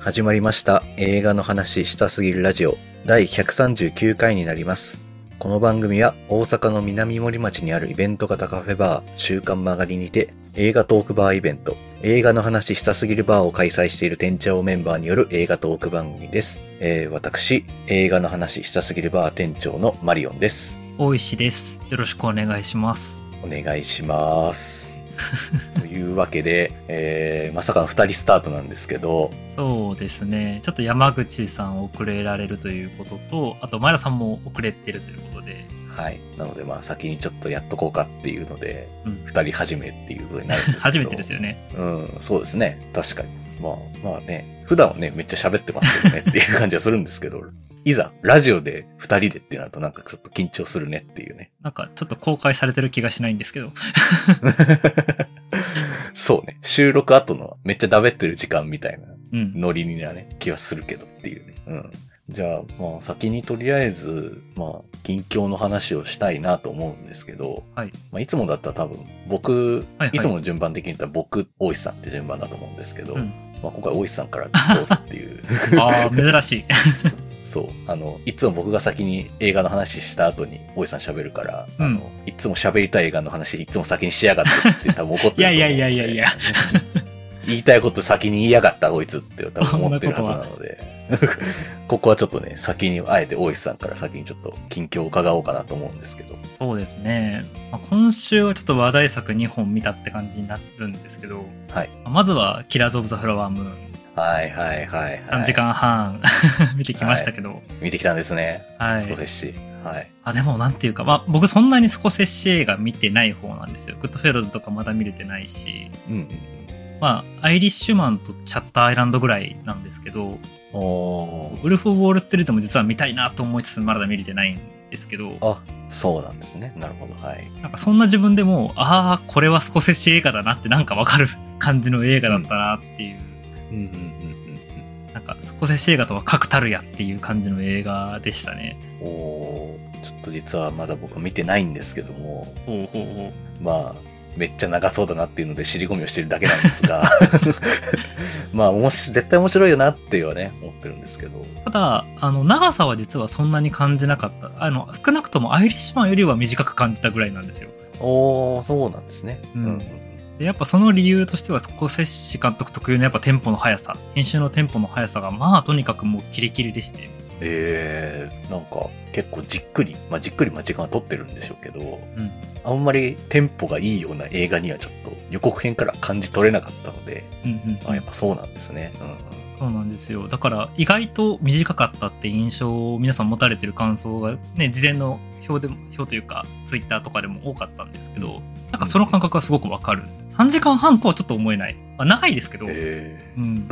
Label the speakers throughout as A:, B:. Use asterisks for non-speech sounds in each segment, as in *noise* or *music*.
A: 始まりました映画の話したすぎるラジオ第139回になりますこの番組は大阪の南森町にあるイベント型カフェバー週刊曲がりにて映画トークバーイベント映画の話したすぎるバーを開催している店長メンバーによる映画トーク番組です、えー私映画の話したすぎるバー店長のマリオンです
B: 大石です。よろしくお願いします。
A: お願いしますというわけで、えーまさかの2人スタートなんですけど
B: そうですね。ちょっと山口さん遅れられるということと、あと前田さんも遅れてるということで、
A: はい。なので、まあ、先にちょっとやっとこうかっていうので、
B: うん、
A: 二人始めっていうことになるんですけど。
B: *laughs* 初めてですよね。
A: うん、そうですね。確かに。まあ、まあね、普段はね、めっちゃ喋ってますけどねっていう感じはするんですけど、 *laughs* いざ、ラジオで二人でってなるとなんかちょっと緊張するねっていうね。 *laughs*
B: なんかちょっと公開されてる気がしないんですけど、
A: そうね。収録後のめっちゃだべってる時間みたいな
B: うん、
A: ノリにはね、気はするけどっていうね。うん。じゃあ、まあ、先にとりあえず、まあ、近況の話をしたいなと思うんですけど、
B: はい。
A: まあ、いつもだったら多分、僕、
B: はいいはい
A: つもの順番的に言ったら僕、大石さんって順番だと思うんですけど、
B: うん
A: まあ、今回大石さんからどうぞって
B: *laughs*
A: いう、
B: ああ、珍しい。 *laughs*
A: そう、あの、いつも僕が先に映画の話した後に大石さん喋るから、あ
B: うん
A: の、いつも喋りたい映画の話、いつも先にしやがってって多分怒ってると思うんで
B: いやいやいやいやいや。
A: *laughs* 言いたいこと先に言いやがった、こいつって多分思ってるはずなので。 *laughs* ここはちょっとね、先に、あえて大石さんから先にちょっと近況を伺おうかなと思うんですけど。
B: そうですね。まあ、今週はちょっと話題作2本見たって感じになるんですけど、
A: はい
B: まずは、キラーズ・オブ・ザ・フラワームーン、
A: はいはいはい、はい。
B: 3時間半、 *laughs* 見てきましたけど、
A: 見てきたんですね。
B: はい
A: スコセッシ。はい。
B: あ、でもなんていうか、まあ僕そんなにスコセッシ映画見てない方なんですよ。グッドフェローズとかまだ見れてないし、
A: うんうん
B: まあアイリッシュマンとシャッターアイランドぐらいなんですけど、
A: うん。おー
B: ウルフ・オブ・ウォール・ストリートも実は見たいなと思いつつまだ見れてないんですけど、
A: あ、そうなんですね。なるほど。はい。
B: なんかそんな自分でも、ああ、これはスコセッシ映画だなってなんかわかる感じの映画だったなっていう、
A: うんうんうん
B: なんかスコセッシ映画とは確たるやっていう感じの映画でしたね。
A: うんうん。おーちょっと実はまだ僕見てないんですけども、
B: ほうほうほう。
A: まあ、めっちゃ長そうだなっていうので尻込みをしてるだけなんです *laughs* が、まあ、おもし絶対面白いよなっていうのはね、思ってるんですけど。
B: ただあの長さは実はそんなに感じなかったあの少なくともアイリッシュマンよりは短く感じたぐらいなんですよ
A: おーそうなんですね。
B: うんでやっぱその理由としてはスコセッシ監督特有のやっぱテンポの速さ編集のテンポの速さがまあとにかくもうキリキリでして
A: えー、なんか結構じっくり、まあ、じっくりまあ時間は取ってるんでしょうけど、
B: ん
A: あんまりテンポがいいような映画にはちょっと予告編から感じ取れなかったので、
B: うんうんうん
A: あやっぱそうなんですね。うんうん
B: そうなんですよだから意外と短かったって印象を皆さん持たれてる感想がね事前の表でも表というかツイッターとかでも多かったんですけどなんかその感覚はすごくわかる3時間半とはちょっと思えない、まあ、長いですけど、
A: え
B: うん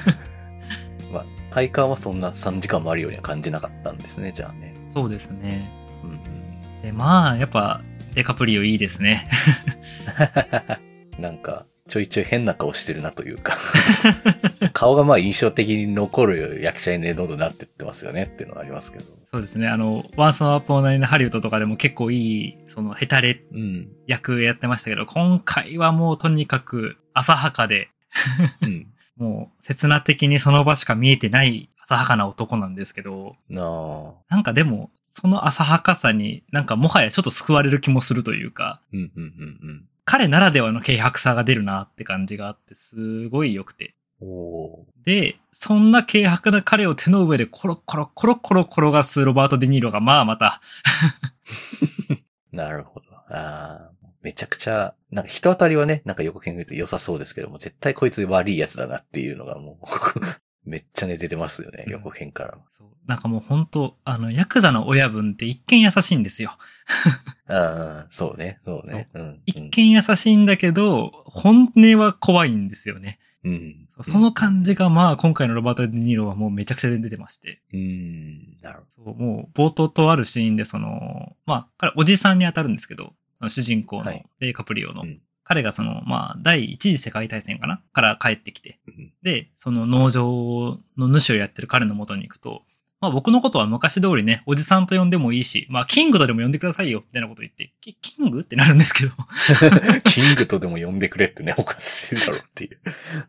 A: ーまあ、体感はそんな3時間もあるようには感じなかったんですね、じゃあね。
B: そうですね
A: うんうん
B: でまあやっぱデカプリオいいですね *laughs*
A: なんか、ちょいちょい変な顔してるなという
B: *laughs*
A: か、顔がまあ印象的に残る役者にね、どんどんなってってますよねっていうのはありますけど。
B: そうですねあの「ワンスアップオーナインハリウッド」とかでも結構いいそのヘタレ
A: うん。
B: 役やってましたけど今回はもうとにかく浅はかで *laughs*
A: うん。
B: もう刹那的にその場しか見えてない浅はかな男なんですけど
A: なあ。
B: なんかでもその浅はかさになんかもはやちょっと救われる気もするというか
A: うんうんうんうん。
B: 彼ならではの軽薄さが出るなって感じがあってすごい良くて
A: おー
B: で、そんな軽薄な彼を手の上でコロコロコロコロ転がすロバート・デ・ニーロが、まあまた、
A: なるほど。ああ、めちゃくちゃ、なんか人当たりはね、なんか予告編見ると良さそうですけども、絶対こいつ悪いやつだなっていうのがもう、めっちゃね、出てますよね、
B: うん
A: 予告編から。
B: そうなんかもう本当あの、ヤクザの親分って一見優しいんですよ。
A: ああ、そうね、そうね。うん。
B: 一見優しいんだけど、本音は怖いんですよね。
A: うん。うん。
B: その感じが、まあ今回のロバート・デ・ニーロはもうめちゃくちゃ出てまして。
A: うん、なるほ
B: そうもう冒頭とあるシーンで、その、まあ、彼おじさんに当たるんですけど、その主人公
A: は
B: の
A: い
B: レイ・カプリオの。
A: うん
B: 彼がその、まあ、第一次世界大戦かなから帰ってきて、
A: ど。うん
B: で、その農場の主をやってる彼の元に行くと、まあ僕のことは昔通りね、おじさんと呼んでもいいし、まあキングとでも呼んでくださいよ、みたいなこと言って、キキングってなるんですけど、 *laughs*
A: キングとでも呼んでくれってね、おかしいだろっていう。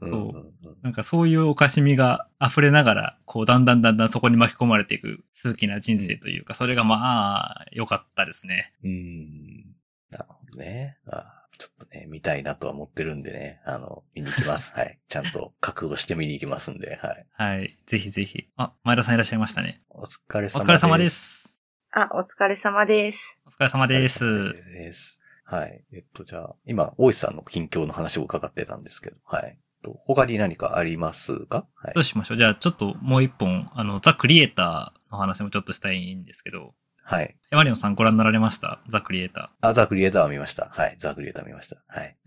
B: うんそう
A: う
B: ん
A: ん
B: なんかそういうおかしみが溢れながら、こうだんだんだんだんそこに巻き込まれていく数奇な人生というか、それがまあ良かったですね。
A: うーん。なるほどね。あちょっとね、見たいなとは思ってるんでね、あの、見に行きます。はい。ちゃんと覚悟して見に行きますんで、はい。
B: はい。ぜひぜひ。あ、前田さんいらっしゃいましたね。
A: お疲れ様です。
B: お疲れ様で。す。
C: あ、お疲れ様です。
B: お疲れ様で
A: お
B: す
A: 疲。れ様です。はい。えっと、じゃあ、今、大石さんの近況の話を伺ってたんですけど、はい。えっと他に何かありますかはい
B: どう。しましょう。じゃあちょっともう一本、あの、ザ・クリエイターの話もちょっとしたいんですけど、
A: はい。
B: マリオンさんご覧になられましたザ・クリエイター。
A: あ、ザ・クリエイターは見ました。はい。ザ・クリエイター見ました。はい。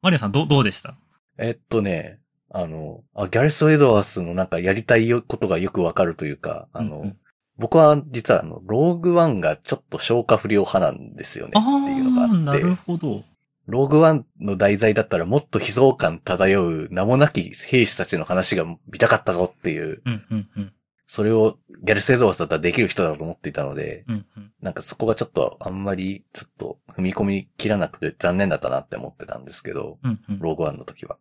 B: マリオンさんどうどうでした
A: えっとね、あの、あギャレス・エドワースのなんかやりたいよことがよくわかるというか、あの、
B: うんうん
A: 僕は実はあの、ローグワンがちょっと消化不良派なんですよね
B: あ
A: っていう
B: あー、
A: のがあ
B: な
A: って
B: る、ほど。
A: ローグワンの題材だったらもっと悲壮感漂う名もなき兵士たちの話が見たかったぞっていう、
B: うん、うん、うん。
A: それをギャレス・エドワースだったらできる人だと思っていたので、
B: うん、うん。
A: なんかそこがちょっとあんまりちょっと踏み込み切らなくて残念だったなって思ってたんですけど、
B: うん、うん。
A: ローグワンの時は。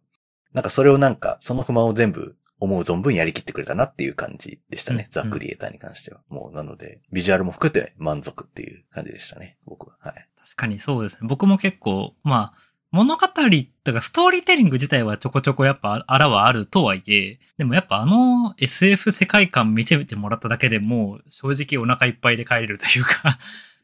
A: なんかそれをなんか、その不満を全部思う存分やりきってくれたなっていう感じでしたね。
B: うんうん
A: ザ・クリエイターに関しては。もうなので、ビジュアルも含めて満足っていう感じでしたね。僕は。はい。
B: 確かにそうですね。僕も結構、まあ、物語とかストーリーテリング自体はちょこちょこやっぱあらはあるとはいえ、でもやっぱあの SF 世界観見せてもらっただけでもう正直お腹いっぱいで帰れるというか、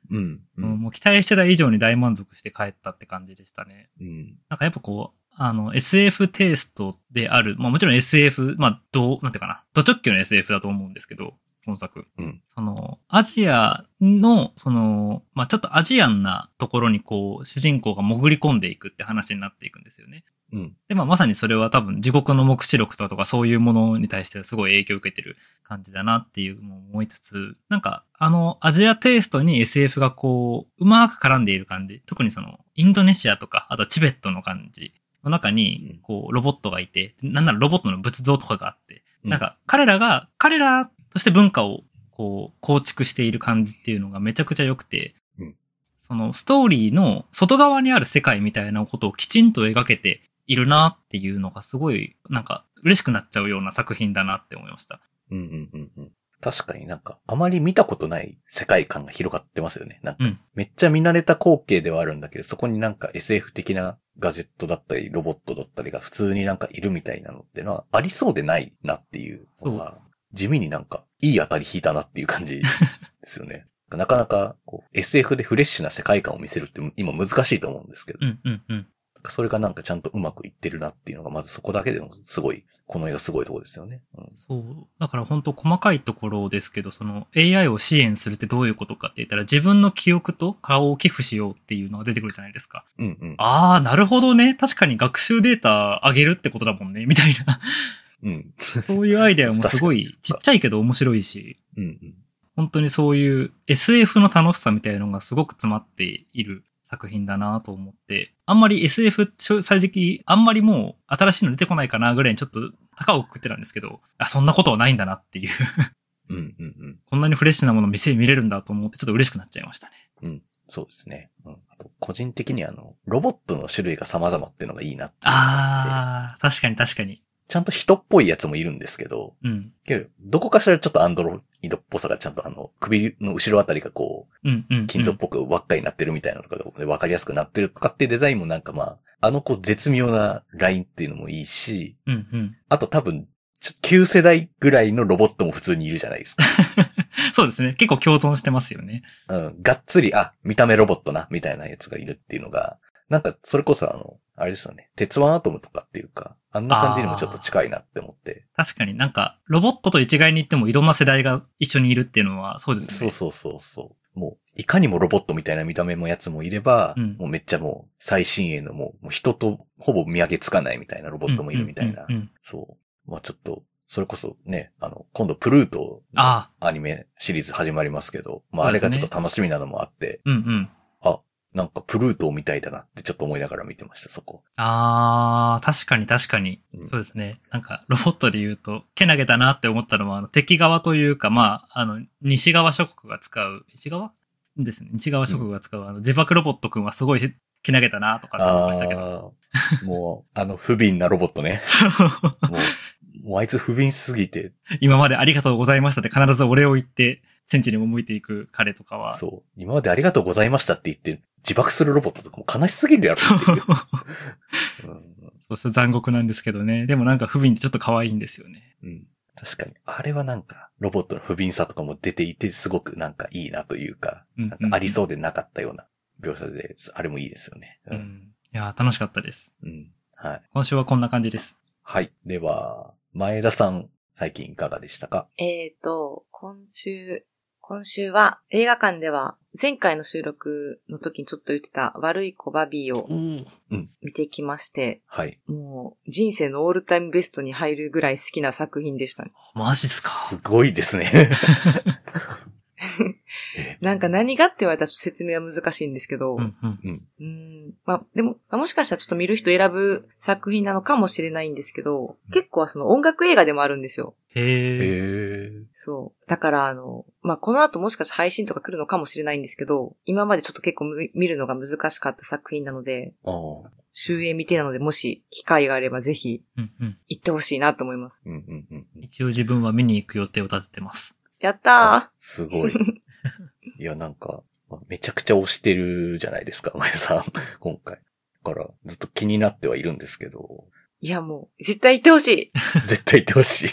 A: うん。うん。
B: *laughs* もう期待してた以上に大満足して帰ったって感じでしたね。
A: うん。
B: なんかやっぱこう、あの SF テイストである、まあもちろん SF、まあどう、なんていうかな、ド直球の SF だと思うんですけど、本作。
A: うん
B: その、アジアの、その、まあちょっとアジアンなところにこう、主人公が潜り込んでいくって話になっていくんですよね。
A: うん。
B: で、まあまさにそれは多分地獄の目視録とかとかそういうものに対してすごい影響を受けてる感じだなっていうのを思いつつ、なんかあのアジアテイストに SF がこう、うまく絡んでいる感じ、特にそのインドネシアとか、あとチベットの感じの中
A: うん
B: にこうロボットがいて、なんならロボットの仏像とかがあって、
A: うん
B: なんか彼らが、彼らとして文化をこう構築している感じっていうのがめちゃくちゃ良くて、
A: うん
B: そのストーリーの外側にある世界みたいなことをきちんと描けているなっていうのがすごいなんか嬉しくなっちゃうような作品だなって思いました。
A: うん。うん。うん。うん。確かになんか、あまり見たことない世界観が広がってますよね。なんか
B: うん、
A: めっちゃ見慣れた光景ではあるんだけど、そこになんか SF 的なガジェットだったり、ロボットだったりが普通になんかいるみたいなのってのはありそうでないなっていうのが、地味になんかいい当たり引いたなっていう感じですよね。なかなかこう SF でフレッシュな世界観を見せるって今難しいと思うんですけど、
B: うんうんうん。
A: それがなんかちゃんとうまくいってるなっていうのが、まずそこだけでもすごい、この映画すごいとこですよね。うん
B: そう。だから本当細かいところですけど、その AI を支援するってどういうことかって言ったら自分の記憶と顔を寄付しようっていうのが出てくるじゃないですか。
A: うんうん。
B: あー、なるほどね。確かに学習データ上げるってことだもんね。みたい *laughs* な。
A: うん。
B: そういうアイデアもすごいちっちゃいけど面白いし、
A: うんうん。
B: 本当にそういう SF の楽しさみたいのがすごく詰まっている作品だなと思って、あんまり SF、正直、あんまりもう新しいの出てこないかなぐらいにちょっと高をくくってたんですけど、あ、そんなことはないんだなっていう、 *laughs*
A: うんうんうん。
B: こんなにフレッシュなもの見せ見れるんだと思ってちょっと嬉しくなっちゃいましたね。
A: そうですね。うん。あと、個人的にあの、ロボットの種類が様々っていうのがいいなっていうのがあって
B: あー、確かに確かに。
A: ちゃんと人っぽいやつもいるんですけど、
B: うん。
A: けど、どこかしらちょっとアンドロイドっぽさがちゃんとあの、首の後ろあたりがこう、
B: うんうん、うん。
A: 金属っぽく輪っかになってるみたいなのとかがわかりやすくなってるとかっていうデザインもなんかまあ、あのこう絶妙なラインっていうのもいいし、
B: うんうん。
A: あと多分、ちょ旧世代ぐらいのロボットも普通にいるじゃないですか。
B: そうですね。結構共存してますよね。
A: うん、がっつり、あ、見た目ロボットな、みたいなやつがいるっていうのが、なんか、それこそあの、あれですよね、鉄腕アトムとかっていうか、あんな感じにもちょっと近いなって思って。
B: 確かになんか、ロボットと一概に言ってもいろんな世代が一緒にいるっていうのはそうですね。
A: そうそうそうそう。もう、いかにもロボットみたいな見た目もやつもいれば、
B: うん
A: もうめっちゃもう、最新鋭のもう、もう人とほぼ見分けつかないみたいなロボットもいるみたいな。
B: うんうんうんうん
A: そう。まあちょっと、それこそね、あの、今度プルートの
B: ああ、
A: アニメシリーズ始まりますけど、まあ
B: そ
A: あ
B: う
A: れ
B: ですね
A: がちょっと楽しみなのもあって、
B: うんうん。
A: なんかプルートみたいだなってちょっと思いながら見てました、そこ。
B: あー、確かに確かに。
A: うん
B: そうですね。なんか、ロボットで言うと、けなげだなって思ったのは、あの、敵側というか、まあ、あの、西側諸国が使う、西側ですね。西側諸国が使う、あの、自爆ロボットくんはすごいけなげだなとかって思いましたけど。
A: あーもう、あ *laughs* の、不憫なロボット
B: *laughs*
A: ね。
B: そう
A: もう、もうあいつ不憫すぎて、
B: 今までありがとうございましたって必ずお礼を言って、戦地に赴いていく彼とかは。
A: そう。今までありがとうございましたって言って、自爆するロボットとかも悲しすぎるやろ
B: *laughs* そう。
A: っていううん
B: そうそう、残酷なんですけどね。でもなんか不憫ってちょっと可愛いんですよね。
A: うん。確かに。あれはなんか、ロボットの不憫さとかも出ていて、すごくなんかいいなというか、
B: うんうん
A: なんかありそうでなかったような描写で、あれもいいですよね。
B: う。ん。いやー、楽しかったです。
A: うん。はい。
B: 今週はこんな感じです。
A: はい。では、前田さん、最近いかがでしたか
C: えーと、今週、今週は映画館では前回の収録の時にちょっと言ってた悪い子バビーを見てきまして、
A: はい。
C: もう人生のオールタイムベストに入るぐらい好きな作品でしたね。
B: マジっすか。
A: すごいですね。
C: なんか何がって言われたら説明は難しいんですけど、
B: うんうん。
C: うんまあ、でも、まあもしかしたらちょっと見る人選ぶ作品なのかもしれないんですけど、結構はその音楽映画でもあるんですよ。
A: へ
B: *laughs* へえ。
A: ー。
C: そう。だから、あの、まあ、この後もしかしたら配信とか来るのかもしれないんですけど、今までちょっと結構む見るのが難しかった作品なので、
A: *laughs* ああ。
C: 終演未定なので、もし機会があればぜひ
B: うんうん。
C: 行ってほしいなと思います。
A: うんうんうんうん。
B: 一応自分は見に行く予定を立ててます。
C: やった
A: すごい。
C: *laughs*
A: いや、なんか、まあめちゃくちゃ推してるじゃないですか、前田さん、 *laughs* 今回。だから、ずっと気になってはいるんですけ
C: *laughs*
A: ど、
C: ーいや、もう、絶対行ってほし
A: 絶対行ってほしい。
C: い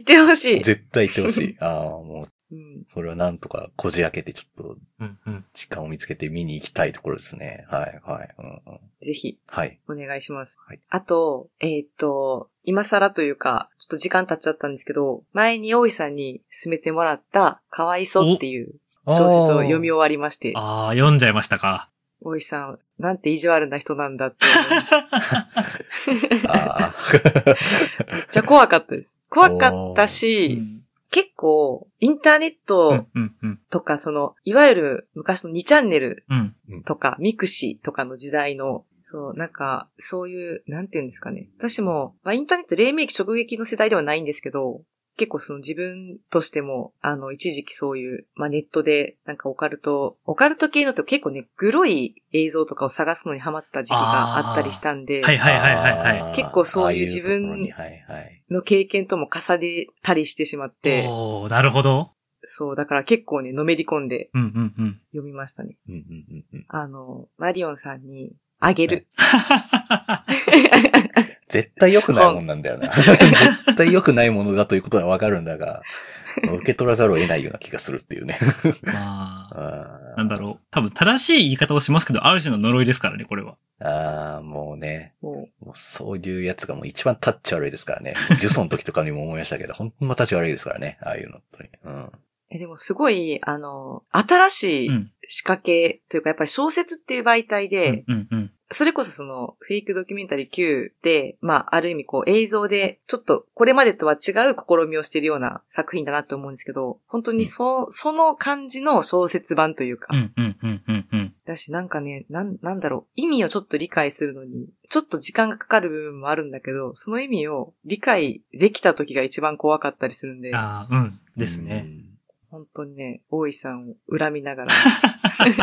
C: 行ってほしい、
A: 絶対行ってほし
C: *laughs*
A: い。ああ、もう、
C: うん、
A: それはなんとかこじ開けて、ちょっと
B: うんうん。
A: 時間を見つけて見に行きたいところですね。はい、はい。うんうん、
C: ぜひ、
A: はい。
C: お願いします。
A: はい
C: あと、えーっと、今更というか、ちょっと時間経っちゃったんですけど、前に大井さんに勧めてもらった、かわいそっていう小説を読み終わりまして、
B: あー、読んじゃいましたか。
C: 大井さん、なんて意地悪な人なんだって、
A: ああ。
C: *laughs* めっちゃ怖かったです。怖かったし、結構、インターネッ
B: う
C: ト
B: んうんうん。
C: とか、その、いわゆる昔の2チャンネル
B: うん。
C: とか、ミクシーとかの時代の、そう、なんか、そういう、なんていうんですかね。私も、まあ、インターネット黎明期直撃の世代ではないんですけど、結構その自分としても、あの、一時期そういう、まあ、ネットで、なんかオカルト、オカルト系のって結構ね、グロい映像とかを探すのにハマった時期があったりしたんで、
B: はいはいはいはいは
A: あー
C: 結構そういう自分
A: ああいうところにはいはい。
C: の経験とも重ねたりしてしまっ
B: い。
C: て、
B: おー、なるほど。
C: そう、だから結構ね、のめり込んで
B: うんうん
C: *laughs*
B: うん。
C: 読みましたね。
A: うんうんうんうん
C: あの、マリオンさんに、あげる。
A: 絶対良くないもんなんだよ
B: *laughs*
A: な。絶対良くないものだということはわかるんだが、まあ受け取らざるを得ないような気がするっていうね。
B: まあ、
A: な
B: なんだろう。多分正しい言い方をしますけど、ある種の呪いですからね、これは。
A: う。ああ、もうね、
C: も
A: もうそういうやつがもう一番タッチ悪いですからね。ジュソンの時とかにも思いましたけど、ほん *laughs* まタッチ悪いですからね。ああいうの本当に。うん。
C: うえでもすごい、あの、新しい
B: うん。
C: 仕掛けというか、やっぱり小説っていう媒体
B: う
C: で、
B: んうんうん。
C: それこそその、フェイクドキュメンタリー Q で、まあ、ある意味こう映像で、ちょっとこれまでとは違う試みをしているような作品だなと思うんですけど、本当にそ、その感じの小説版というか、
B: うんうんうんうんうん。
C: だし、なんかね、なん、なんだろう、意味をちょっと理解するのに、ちょっと時間がかかる部分もあるんだけど、その意味を理解できた時が一番怖かったりするんで、
B: ああ、うん。ですね。
C: 本当にね、大井さんを恨みながら読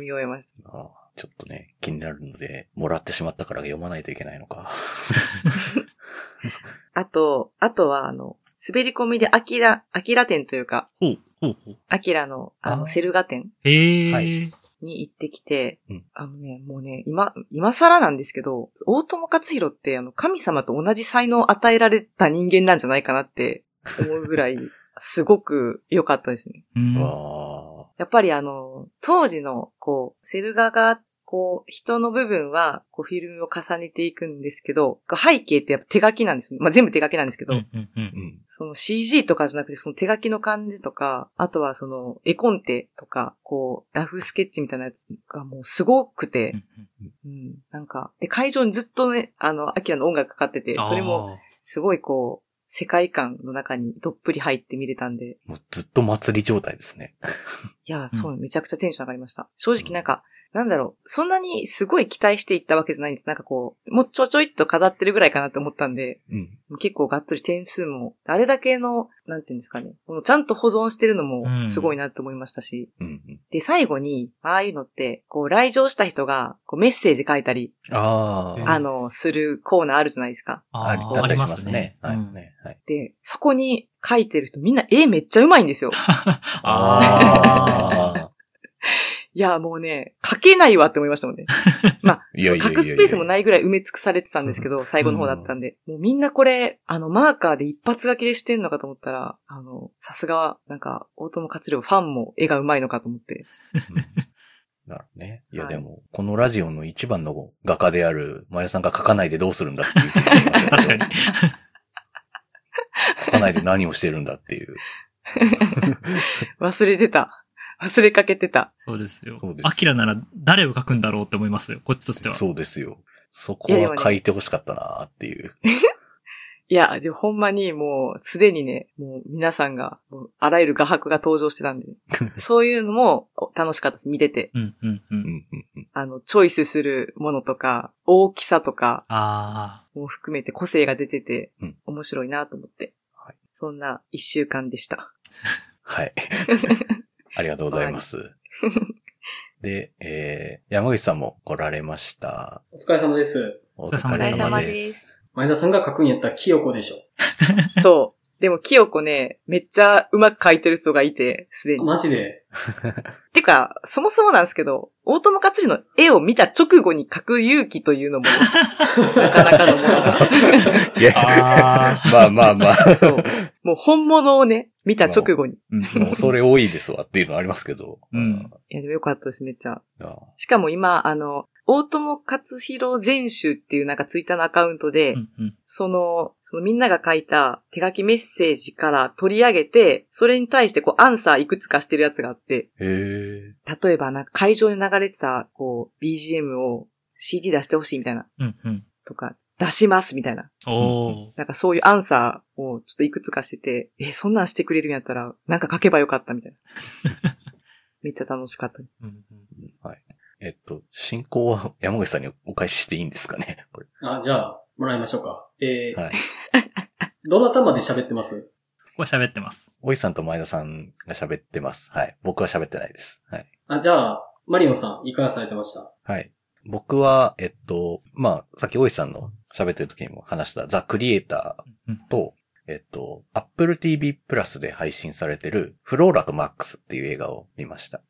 C: み終えました。
A: うん。ああちょっとね、気になるので、もらってしまったから読まないといけないのか。
C: あと、あとはあの、滑り込みでアキラ、アキラ展というか、
B: ほう、ほうほう。
C: アキラのあ
A: あ
C: の、
A: ー
C: セルガ展
B: へえ。
A: はい
C: に行ってきて、
A: うん
C: あのね、もうね、今、今更なんですけど、大友克弘ってあの、神様と同じ才能を与えられた人間なんじゃないかなって思うぐらい、すごく良かったですね。
B: うん。
A: わ
C: やっぱりあの、当時の、こう、セル画が、こう、人の部分は、こう、フィルムを重ねていくんですけど、背景ってやっぱ手書きなんですね。まあ、全部手書きなんですけど、
B: うんうんう
A: ー
B: ん。
A: うん。
C: その CG とかじゃなくて、その手書きの感じとか、あとはその、絵コンテとか、こう、ラフスケッチみたいなやつがもうすごく
B: う
C: て、
B: ん
C: うん、なんか、で、会場にずっとね、あの、アキラの音楽かかってて、それも、すごいこう、世界観の中にどっぷり入って見れたんで、
A: もうずっと祭り状態ですね。
C: いや、
B: うん
C: そう、めちゃくちゃテンション上がりました。正直なんか、なんだろう、そんなにすごい期待していったわけじゃないんです。なんかこう、もうちょちょいっと飾ってるぐらいかなって思ったんで、
A: うん。
C: 結構がっつり点数も、あれだけの、なんていうんですかね、このちゃんと保存してる
B: う
C: の
B: ん
C: もすごいなって思いましたし、
A: うん。
C: で、最後に、ああいうのって、こう、来場した人が、こう、メッセージ書いたり、
A: あ
B: うん
A: あ。
C: あの、するコーナーあるじゃないですか。
B: あ
A: ありあ
B: ー
A: っ
B: あ
A: た
B: り
A: りし
B: ま
A: ますすね
B: ね。。
A: はい。
B: うん
A: ねはい。
C: で、そこに書いてる人、みんな絵めっちゃうまい
A: *laughs*
C: んですよ。
B: あ
A: あ
C: いや、もうね、書けないわって思いましたもんね。まあ、
A: いやいやいやいや
C: 書くスペースもないぐらい埋め尽くされてたんですけど、最後の方だったんで。もうみんなこれ、あの、マーカーで一発書きでしてんのかと思ったら、あの、さすが、なんか、大友活力ファンも絵がうまいのかと思って。
A: ー。なるほどね。いや、
C: はい
A: でも、このラジオの一番の画家である、まやさんが書かないでどうするんだっていうふうに言って
C: *laughs*
A: ましたけど
B: *laughs* 確かに。
A: 書かないで何をしてるんだっていう。
C: 忘れてた。忘れかけてた。
B: そうですよ
A: そうで。す
B: アキラなら誰を書くんだろうって思いますよ。こっちとしては。
A: そうですよ。そこは書いてほしかったなっていう。
C: いや、で、ほんまにもう、すでにね、もう皆さんが、もうあらゆる画伯が登場してたんで、
A: *laughs*
C: そういうのもお楽しかった。見てて。
B: うんうんう。
A: うんんうんうん
C: あの、チョイスするものとか、大きさとか
B: あ
C: も含めて個性が出てて
A: うん、
C: 面白いなと思って。
A: はい
C: そんな一週間でした。。
A: はい。ありがとうございます。で、えー、山口さんも来られました。
D: お疲れ様です。
A: お
B: 疲れ様です
D: 前田さんが書くんやったらキヨコでしょ。
C: そう。でも、キヨコね、めっちゃうまく描いてる人がいて、すでに。
D: マジで。
C: てか、そもそもなんですけど、大友克りの絵を見た直後に描く勇気というのも、なかなかのものだ。
A: いや
B: あ。ああ。
A: *laughs* まあまあまあ。
C: そう。もう本物をね、見た直後に。
B: うん
A: もうそれ多いですわっていうのはありますけど。
B: うん
C: いや、でもよかったです、めっちゃ。
A: あー
C: しかも今、あの、大友克弘全集っていうなんかツイッターのアカウントで、
B: うんうん
C: その、そのみんなが書いた手書きメッセージから取り上げて、それに対してこうアンサーいくつかしてるやつがあって、
A: へえ。
C: 例えばなんか会場に流れてたこう BGM を CD 出してほしいみたいな、
B: うんうん。
C: とか、出しますみたいな。
B: おお。
C: なんかそういうアンサーをちょっといくつかしてて、え、そんなんしてくれるんやったら、なんか書けばよかったみたいな。めっちゃ楽しかった。
B: うんうん
A: えっと、進行は山口さんにお返ししていいんですかね *laughs* これ
D: あ、じゃあ、もらいましょうか。えー
A: はい。
D: どなたまで喋ってます
B: ここは喋ってます。
A: おいさんと前田さんが喋ってます。はい。僕は喋ってないです。はい。
D: あ、じゃあ、マリオンさん、いかがされてました
A: はい。僕は、えっと、まあ、さっきおいさんの喋ってる時にも話したザ・クリエイタ
B: うん
A: ーと、えっと、Apple TV プラスで配信されてるフローラとマックスっていう映画を見ました。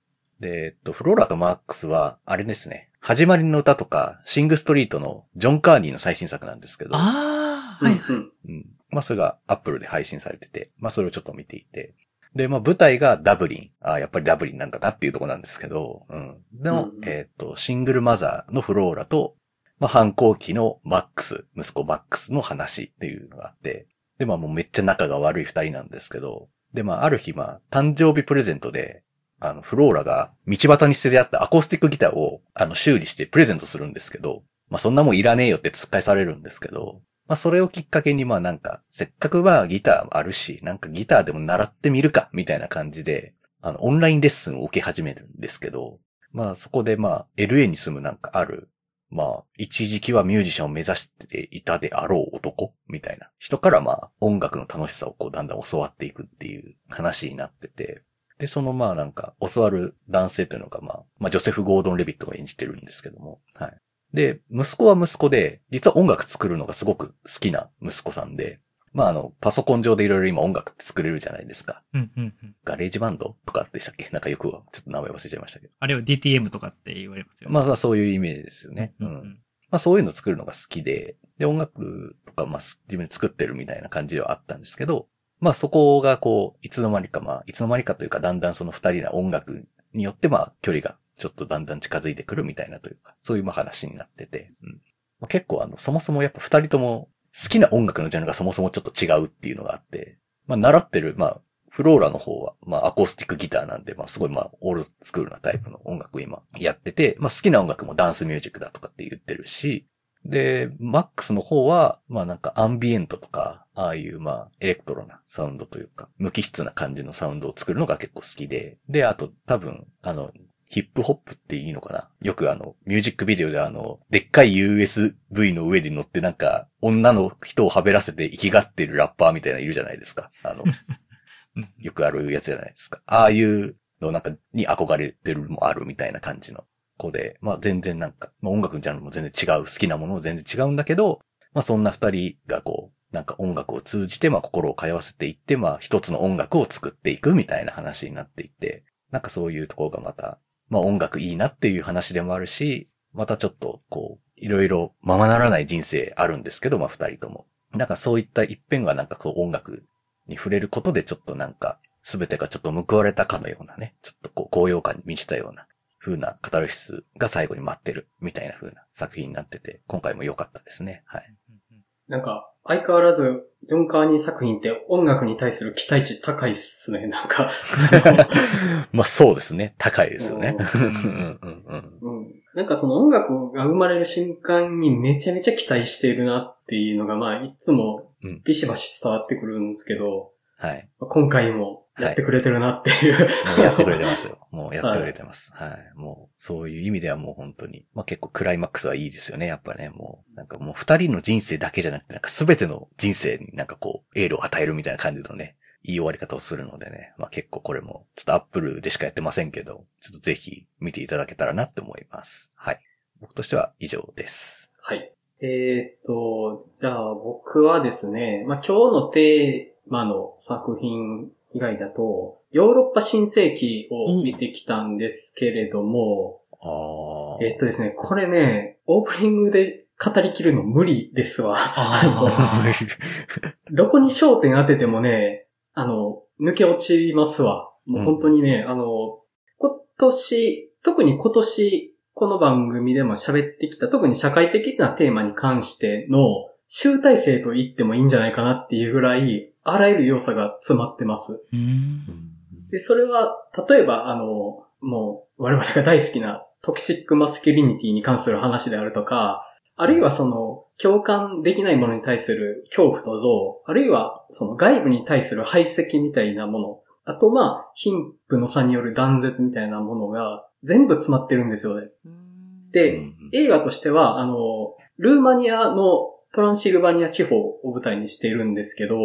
A: で、えっと、フローラとマックスは、あれですね。始まりの歌とか、シングストリートのジョン・カーニーの最新作なんですけど。
B: ああ。はい。
D: うんうん
A: うん。まあ、それが Apple で配信されてて、まあ、それをちょっと見ていて。で、まあ、舞台がダブリン。ああ、やっぱりダブリンなんだなっていうところなんですけど、うん。でも、
D: うんうん
A: えーっと、シングルマザーのフローラと、まあ、反抗期のマックス、息子マックスの話っていうのがあって、で、まあ、もうめっちゃ仲が悪い二人なんですけど、で、まあ、ある日、まあ、誕生日プレゼントで、あの、フローラが道端に捨ててあったアコースティックギターを、あの、修理してプレゼントするんですけど、まあ、そんなもんいらねえよって突っ返されるんですけど、まあ、それをきっかけに、まあなんか、せっかくはギターもあるし、なんかギターでも習ってみるか、みたいな感じで、あの、オンラインレッスンを受け始めるんですけど、まあそこでまあ、LA に住むなんかある、まあ、一時期はミュージシャンを目指していたであろう男、みたいな人からまあ、音楽の楽しさをこう、だんだん教わっていくっていう話になってて、で、そのまあなんか、教わる男性というのがまあ、まあ、ジョセフ・ゴードン・レビットが演じてるんですけども、はい。で、息子は息子で、実は音楽作るのがすごく好きな息子さんで、まああの、パソコン上でいろいろ今音楽って作れるじゃないですか。
B: うんうんうん。
A: ガレージバンドとかでしたっけなんかよく、ちょっと名前忘れちゃいましたけど。
B: あれは DTM とかって言われますよね。
A: まあまあそういうイメージですよね。
B: うんう
A: うん
B: ん。
A: まあそういうの作るのが好きで、で、音楽とか、まあす自分で作ってるみたいな感じではあったんですけど、まあそこがこう、いつの間にか、まあいつの間にかというか、だんだんその二人の音楽によって、まあ距離がちょっとだんだん近づいてくるみたいなというか、そういうまあ話になってて、うんまあ、結構あの、そもそもやっぱ二人とも好きな音楽のジャンルがそもそもちょっと違うっていうのがあって、まあ習ってる、まあ、フローラの方は、まあ、アコースティックギターなんで、まあ、すごい、まあ、オールドスクールなタイプの音楽を今やってて、まあ、好きな音楽もダンスミュージックだとかって言ってるし、で、マックスの方は、まあなんかアンビエントとか、ああいうまあエレクトロなサウンドというか、無機質な感じのサウンドを作るのが結構好きで、で、あと多分、あの、ヒップホップっていいのかなよくあの、ミュージックビデオであの、でっかい USB の上に乗ってなんか、女の人をはべらせて生きがってるラッパーみたいなのいるじゃないですか。あの、
B: うん
A: よくあるやつじゃないですか。ああいうのなんかに憧れてるのもあるみたいな感じの子で、まあ全然なんか、まあ音楽のジャンルも全然違う、好きなものも全然違うんだけど、まあそんな二人がこう、なんか音楽を通じて、まあ心を通わせていって、まあ一つの音楽を作っていくみたいな話になっていて、なんかそういうところがまた、まあ音楽いいなっていう話でもあるし、またちょっとこう、いろいろままならない人生あるんですけど、まあ二人とも。なんかそういった一辺がなんかこう音楽に触れることでちょっとなんか、すべてがちょっと報われたかのようなね、ちょっとこう高揚感に満ちたような風なカタルシスが最後に待ってるみたいな風な作品になってて、今回も良かったですね。
B: *laughs*
A: はい。
D: なんか、相変わらず、ジョン・カーニー作品って音楽に対する期待値高いっすね、なんか。
A: まあそうですね。高いですよね。
D: う
A: うん *laughs* うんうんうん
D: うん。なんかその音楽が生まれる瞬間にめちゃめちゃ期待しているなっていうのが、まあ、いつも
A: うん
D: ビシバシ伝わってくるんですけど、
A: はい。
D: 今回もやってくれてるなっていう、
A: もうやってくれてますよ。もうやってくれてます。はい、もう、そういう意味ではもう本当に。まあ結構クライマックスはいいですよね。やっぱね、もう、なんかもう二人の人生だけじゃなくて、なんか全ての人生になんかこう、エールを与えるみたいな感じのね、いい終わり方をするのでね。まあ結構これも、ちょっとアップルでしかやってませんけど、ちょっとぜひ見ていただけたらなって思います。はい。僕としては以上です。
D: はい。えーっと、じゃあ僕はですね、まあ、今日のテーマの作品以外だと、ヨーロッパ新世紀を見てきたんですけれども、
A: ああ。 *laughs*
D: えーっとですね、これね、オープニングで語りきるの無理ですわ。
B: あー
D: どこに焦点当ててもね、あの、抜け落ちますわ。もう本当にね、あの、今年、特に今年、この番組でも喋ってきた、特に社会的なテーマに関しての集大成と言ってもいいんじゃないかなっていうぐらい、あらゆる要素が詰まってます。
B: うん
D: で、それは、例えば、あの、もう、我々が大好きなトキシックマスキュリニティに関する話であるとか、あるいはその、共感できないものに対する恐怖と憎悪、あるいはその外部に対する排斥みたいなもの、あとまあ、貧富の差による断絶みたいなものが全部詰まってるんですよね。で、
A: うん
D: 映画としては、あの、ルーマニアのトランシルバニア地方を舞台にしているんですけど、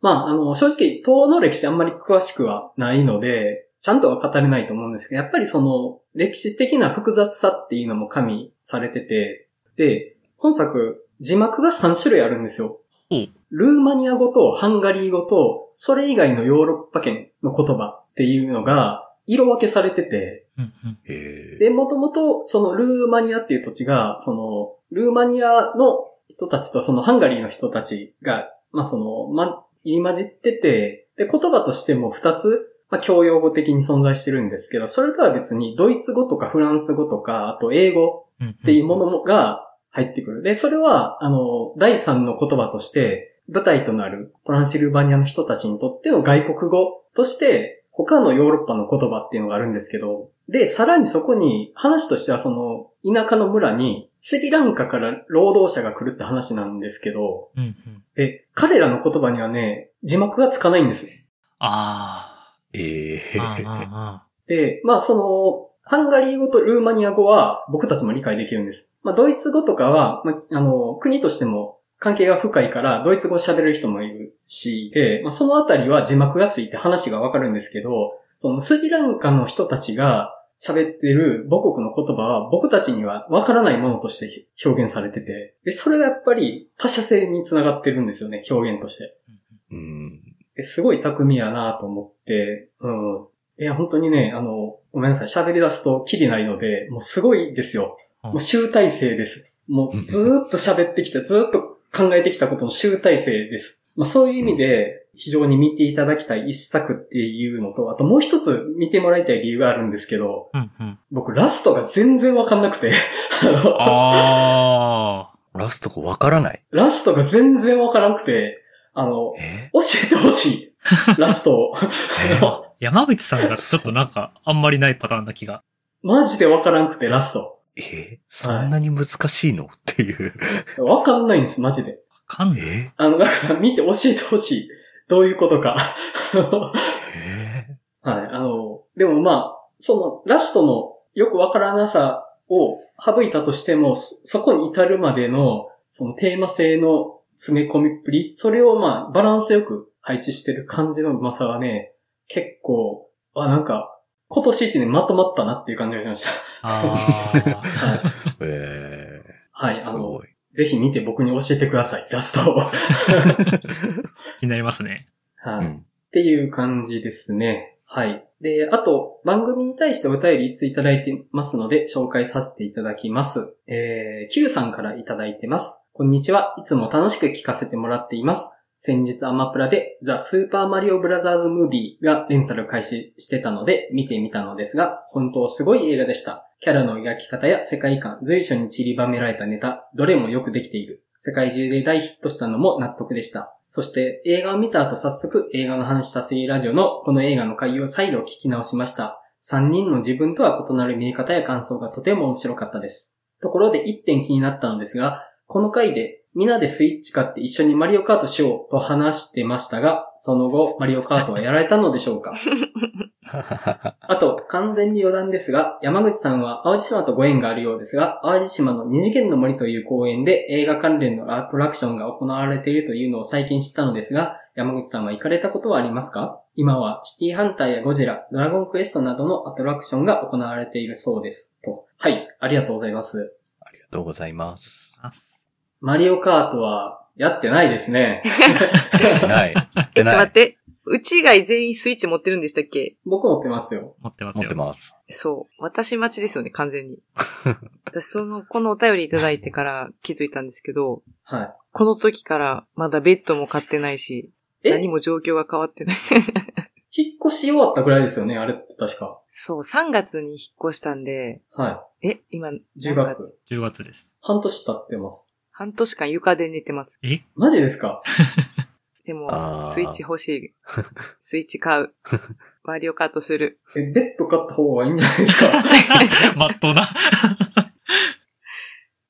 D: まあ、あの、正直、東欧の歴史あんまり詳しくはないので、ちゃんとは語れないと思うんですけど、やっぱりその、歴史的な複雑さっていうのも加味されてて、で、本作、字幕が3種類あるんですよ
B: ほう。
D: ルーマニア語とハンガリー語と、それ以外のヨーロッパ圏の言葉っていうのが、色分けされてて、
B: うんうん
A: へえ。
D: で、もともと、そのルーマニアっていう土地が、その、ルーマニアの人たちとそのハンガリーの人たちが、まあその、ま、入り混じってて、で、言葉としても二つ、まあ教養語的に存在してるんですけど、それとは別にドイツ語とかフランス語とか、あと英語
B: うんん
D: っていうものが入ってくる。で、それは、あの、第三の言葉として、舞台となるトランシルバニアの人たちにとっての外国語として、他のヨーロッパの言葉っていうのがあるんですけど、で、さらにそこに、話としてはその、田舎の村に、スリランカから労働者が来るって話なんですけど、
B: うんうん
D: え、彼らの言葉にはね、字幕がつかないんです。
B: あ
A: ええ
B: ー。あーあ
D: で、まあその、ハンガリー語とルーマニア語は僕たちも理解できるんです。まあドイツ語とかは、まあ、あの、国としても関係が深いから、ドイツ語喋れる人もいるし、で、まあそのあたりは字幕がついて話がわかるんですけど、そのスリランカの人たちが喋ってる母国の言葉は僕たちにはわからないものとして表現されてて、で、それがやっぱり他者性につながってるんですよね、表現として。
B: ーうんうん
A: *laughs* うん。
D: ですごい巧みやなと思って、うん。いや、本当にね、あの、ごめんなさい、喋り出すとキリないので、もうすごいですよ。
B: うん
D: もう集大成です。もうずーっと喋ってき
B: *laughs*
D: て、ずーっと考えてきたことの集大成です。まあそういう意味で、非常に見ていただきたい一作っていうのと、あともう一つ見てもらいたい理由があるんですけど、
B: うんうん
D: 僕ラストが全然わかんなくて、あの
B: あ
A: ラストがわからない。
D: *laughs* ラストが全然わからなくて、あの、
A: え
D: 教えてほしい。ラス
B: *laughs*
D: トを。
B: ーあ。山口さんがちょっとなんか、あんまりないパターンな気が。
D: マジでわからんくて、ラスト。
A: えそんなに難しいのっていう。
D: わかんないんです、マジで。
B: わかんない。
A: え
D: あの、だから見て教えてほしい。どういうことか。 *laughs*
A: え
D: はい、あの、でもまあ、その、ラストのよくわからなさを省いたとしても、そそこに至るまでの、そのテーマ性の詰め込みっぷり、それをまあ、バランスよく配置してる感じのうまさはね、結構、あ、なんか、今年一年まとまったなっていう感じがしました。
B: あー
D: はい。
A: え
D: はい、あ
A: す
D: の
A: ご、い。
D: ぜひ見て僕に教えてください、ラストを。
B: 気になりますね。
D: は
A: う
D: い。
A: ん。
D: っていう感じですね。はい。で、あと、番組に対してお便りいついただいてますので、紹介させていただきます。えー、Q さんからいただいてます。こんにちは。いつも楽しく聞かせてもらっています。先日アマプラで、ザ・スーパーマリオブラザーズ・ムービーがレンタル開始してたので、見てみたのですが、本当すごい映画でした。キャラの描き方や世界観、随所に散りばめられたネタ、どれもよくできている。世界中で大ヒットしたのも納得でした。そして映画を見た後早速映画の話したすぎラジオのこの映画の回を再度聞き直しました。3人の自分とは異なる見え方や感想がとても面白かったです。ところで1点気になったのですが、この回でみんなでスイッチ買って一緒にマリオカートしようと話してましたが、その後マリオカートはやられたのでしょうかあと、完全に余談ですが、山口さんは淡路島とご縁があるようですが、淡路島の二次元の森という公園で映画関連のアトラクションが行われているというのを最近知ったのですが、山口さんは行かれたことはありますか今はシティハンターやゴジラ、ドラゴンクエストなどのアトラクションが行われているそうです。と。はい、ありがとうございます。
A: ありがとうございます。
B: あ
D: マリオカートはやってないですね。
A: 出てない。出てな
C: 待っ
A: い。
C: て、うち以外全員スイッチ持ってるんでしたっけ
D: 僕持ってますよ。
B: 持ってます
A: 持っ
B: よ
A: て。ます。
C: そう。私待ちですよね、完
D: *laughs*
C: 全に。私、その、このお便りいただいてから気づいたんですけど、
D: は
C: この時からまだベッドも買ってないし、
D: い。え、
C: 何も状況が変わってない。 *laughs*
D: 引っ越し終わったぐらいですよね、あれって確か。
C: そう、3月に引っ越したんで、
D: は
C: え、今、10
D: い。10月。
B: 10月です。 *laughs*
D: 半年経ってます。
C: 半年間床で寝てます。
B: え
D: マジですか
C: でも
A: あー、
C: スイッチ欲し
D: *laughs*
C: い。スイッチ買う。マリオカートする。
D: *laughs* え、ベッド買った方がいいんじゃないです
C: *laughs*
D: か
B: まっとうな。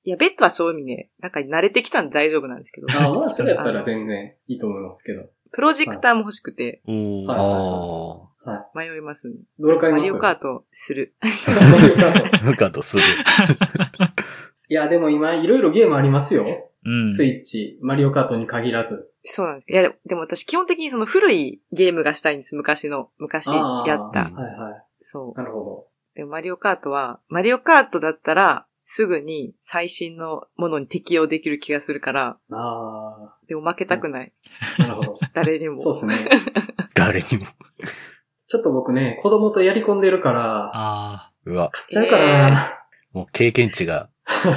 C: いや、ベッドはそういう意味ね、なんか慣れてきたんで大丈夫なんですけど、
D: あまあ、それやったら全然いいと思いますけど。
C: プロジェクターも欲しくて
B: お
D: は
A: あ
D: い
A: あ。
B: ー。
D: は
C: 迷いますね。
D: い。どれ買い
C: マ
D: ま
C: リ
D: す
C: オカートする。
D: マリオカート。
A: なんかとする。
C: *laughs*
D: いや、でも今、いろいろゲームありますよ。
B: うん。
D: スイッチ、マリオカートに限らず。
C: そうなんです。いや、でも私基本的にその古いゲームがしたいんです。昔の、昔
D: ああ
C: やっ
A: う
C: た
A: ん。
D: はいはい。
C: そう。
D: なるほ
C: でマリオカートは、マリオカートだったら、すぐに最新のものに適用できる気がするから、
D: ど。あ
C: でも負けたくない。
D: あ、なるほど。
C: 誰にも。
D: そうですね。
A: 誰にも。
D: ちょっと僕ね、子供とやり込んでるから、
B: あ
A: うわ、
D: 買っちゃうから
C: え
D: な。
A: もう経験値が、
D: *laughs*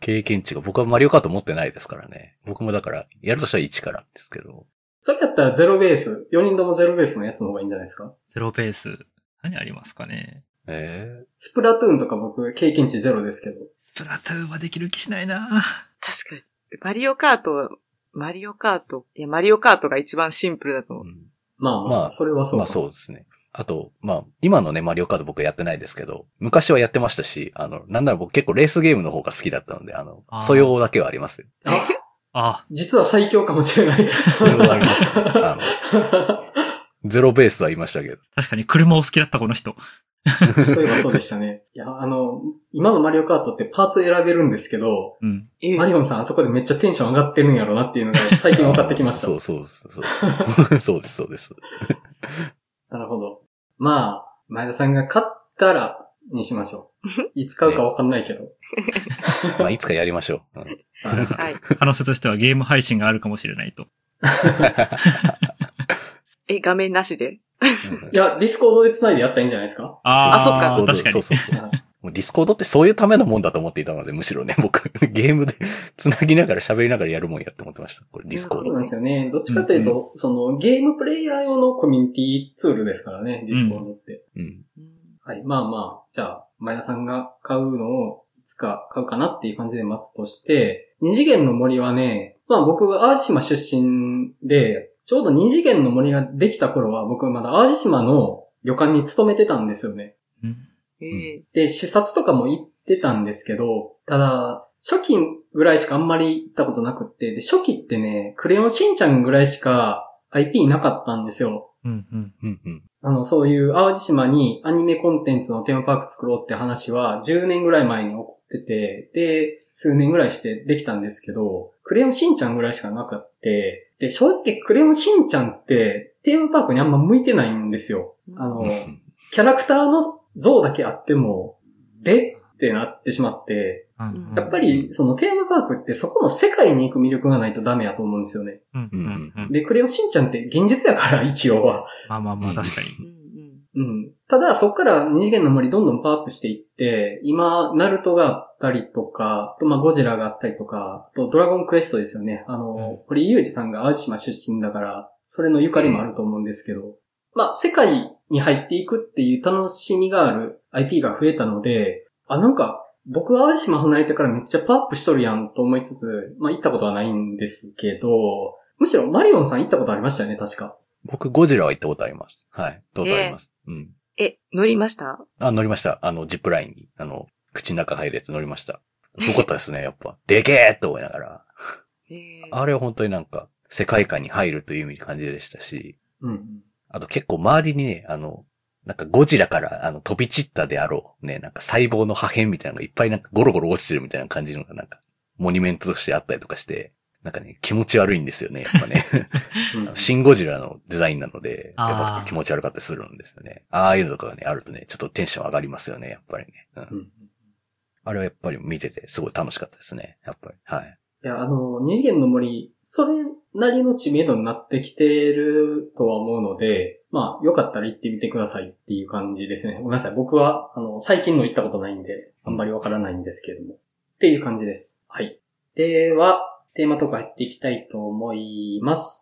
A: 経験値が、僕はマリオカート持ってないですからね。僕もだから、やるとしたら1からですけど。
D: それやったらゼロベース、4人ともゼロベースのやつの方がいいんじゃないですか
B: ー、ゼロベース。何ありますかね。
A: え
D: スプラトゥーンとか僕、経験値ゼロですけど。
B: スプラトゥーンはできる気しないな
C: 確かに。マリオカート、マリオカート。いや、マリオカートが一番シンプルだと
A: え
C: 思う。
D: まあま
A: ま
D: あ、
A: あ
D: それはそう。
A: まあそうですね。あと、まあ、今のね、マリオカート僕やってないですけど、昔はやってましたし、あの、なんなら僕結構レースゲームの方が好きだったので、あの
B: あー、
A: 素養だけはあり
D: *laughs*
A: ますよ。
D: あ、
B: あ
D: 実は最強かもしれない。
A: 素養はあります。あの、ゼロベースは言いましたけど。
B: 確かに車を好きだったこの人。
D: そういえばそうでしたね。いや、あの、今のマリオカートってパーツ選べるんですけど、
B: うん。
C: ええ
D: マリオンさんあそこでめっちゃテンション上がってるんやろなっていうのが最近分かってきました
A: そ。うそうですそう。 *laughs* そうです、そうです。
D: なるほど。まあ、前田さんが勝ったらにしましょう。
A: *laughs*
D: いつ買うか分かんないけど。
A: まあ、いつかやりましょう。うん
D: はい
C: はい。
B: 可能性としてはゲーム配信があるかもしれないと。
C: え、画面なしで。
D: いや、ディスコードで繋いでやったらいいんじゃないですか
B: あー
C: あそっか
B: 確か
A: そう
B: に。
A: そうそう。
D: はい
A: もうディスコードってそういうためのもんだと思っていたので、むしろね、僕、ゲームで繋ぎながら喋りながらやるもんやって思ってました。これディスコー
D: そう
A: ド。
D: なんですよね。どっちかというと、そのゲームプレイヤー用のコミュニティツールですからね、ディスコードって。
A: うん。
C: うん
D: はい。まあまあ、じゃあ、前田さんが買うのを、いつか買うかなっていう感じで待つとして、二次元の森はね、まあ僕が淡路島出身で、ちょうど二次元の森ができた頃は、僕はまだ淡路島の旅館に勤めてたんですよね。
B: うん
C: ええ
D: で、視察とかも行ってたんですけど、ただ、初期ぐらいしかあんまり行ったことなくって、で、初期ってね、クレヨンしんちゃんぐらいしか IP いなかったんですよ。
B: うんうん。
A: うんうん。
D: あの、そういう淡路島にアニメコンテンツのテーマパーク作ろうって話は10年ぐらい前に起こってて、で、数年ぐらいしてできたんですけど、クレヨンしんちゃんぐらいしかなかって、で、正直クレヨンしんちゃんってテーマパークにあんま向いてないんですよ。
A: *laughs*
D: あの、キャラクターの像だけあっても、でってなってしまって、
B: うん
D: やっぱりそのテーマパークってそこの世界に行く魅力がないとダメやと思うんですよね。
B: うんうんうん。
D: で、クレヨンしんちゃんって現実やから、一応は。
B: まあまあまあ、確かに。
C: うんうん。
D: うん。ただ、そこから二次元の森どんどんパワーアップしていって、今、ナルトがあったりとか、あと、まあ、ゴジラがあったりとか、あと、ドラゴンクエストですよね。あの、堀井祐二さんが淡路島出身だから、それのゆかりもあると思うんですけど、まあ、世界に入っていくっていう楽しみがある IP が増えたので、あ、なんか、僕は淡路島離れてからめっちゃパワーアップしとるやんと思いつつ、まあ、行ったことはないんですけど、むしろマリオンさん行ったことありましたよね、確か。
A: 僕、ゴジラは行ったことあります。はい。どうとあります。うん。
C: え、乗りました
A: あ、乗りました。あの、ジップラインに、あの、口の中入るやつ乗りました。すごかったです
C: *laughs*
A: ね、やっぱ。でけえと思いながら。
C: ええ
A: あれは本当になんか、世界観に入るという意味に感じでしたし、
D: うん。
A: あと結構周りにね、あの、なんかゴジラからあの飛び散ったであろう、ね、なんか細胞の破片みたいなのがいっぱいなんかゴロゴロ落ちてるみたいな感じのがなんか、モニュメントとしてあったりとかして、なんかね、気持ち悪いんですよね、やっぱね。
D: うん
A: あのシンゴジラのデザインなので、や
B: あ
A: っ
B: ー
A: ぱ気持ち悪かったりするんですよね。ああいうのとかがね、あるとね、ちょっとテンション上がりますよね、やっぱりね。うん
D: うん
A: あれはやっぱり見ててすごい楽しかったですね、やっぱり。はい。
D: いや、あの、二次元の森、それなりの知名度になってきてるとは思うので、まあ、よかったら行ってみてくださいっていう感じですね。ごめんなさい。僕は、あの、最近の行ったことないんで、あんまりわからないんですけれども。っていう感じです。はい。では、テーマとか入っていきたいと思います。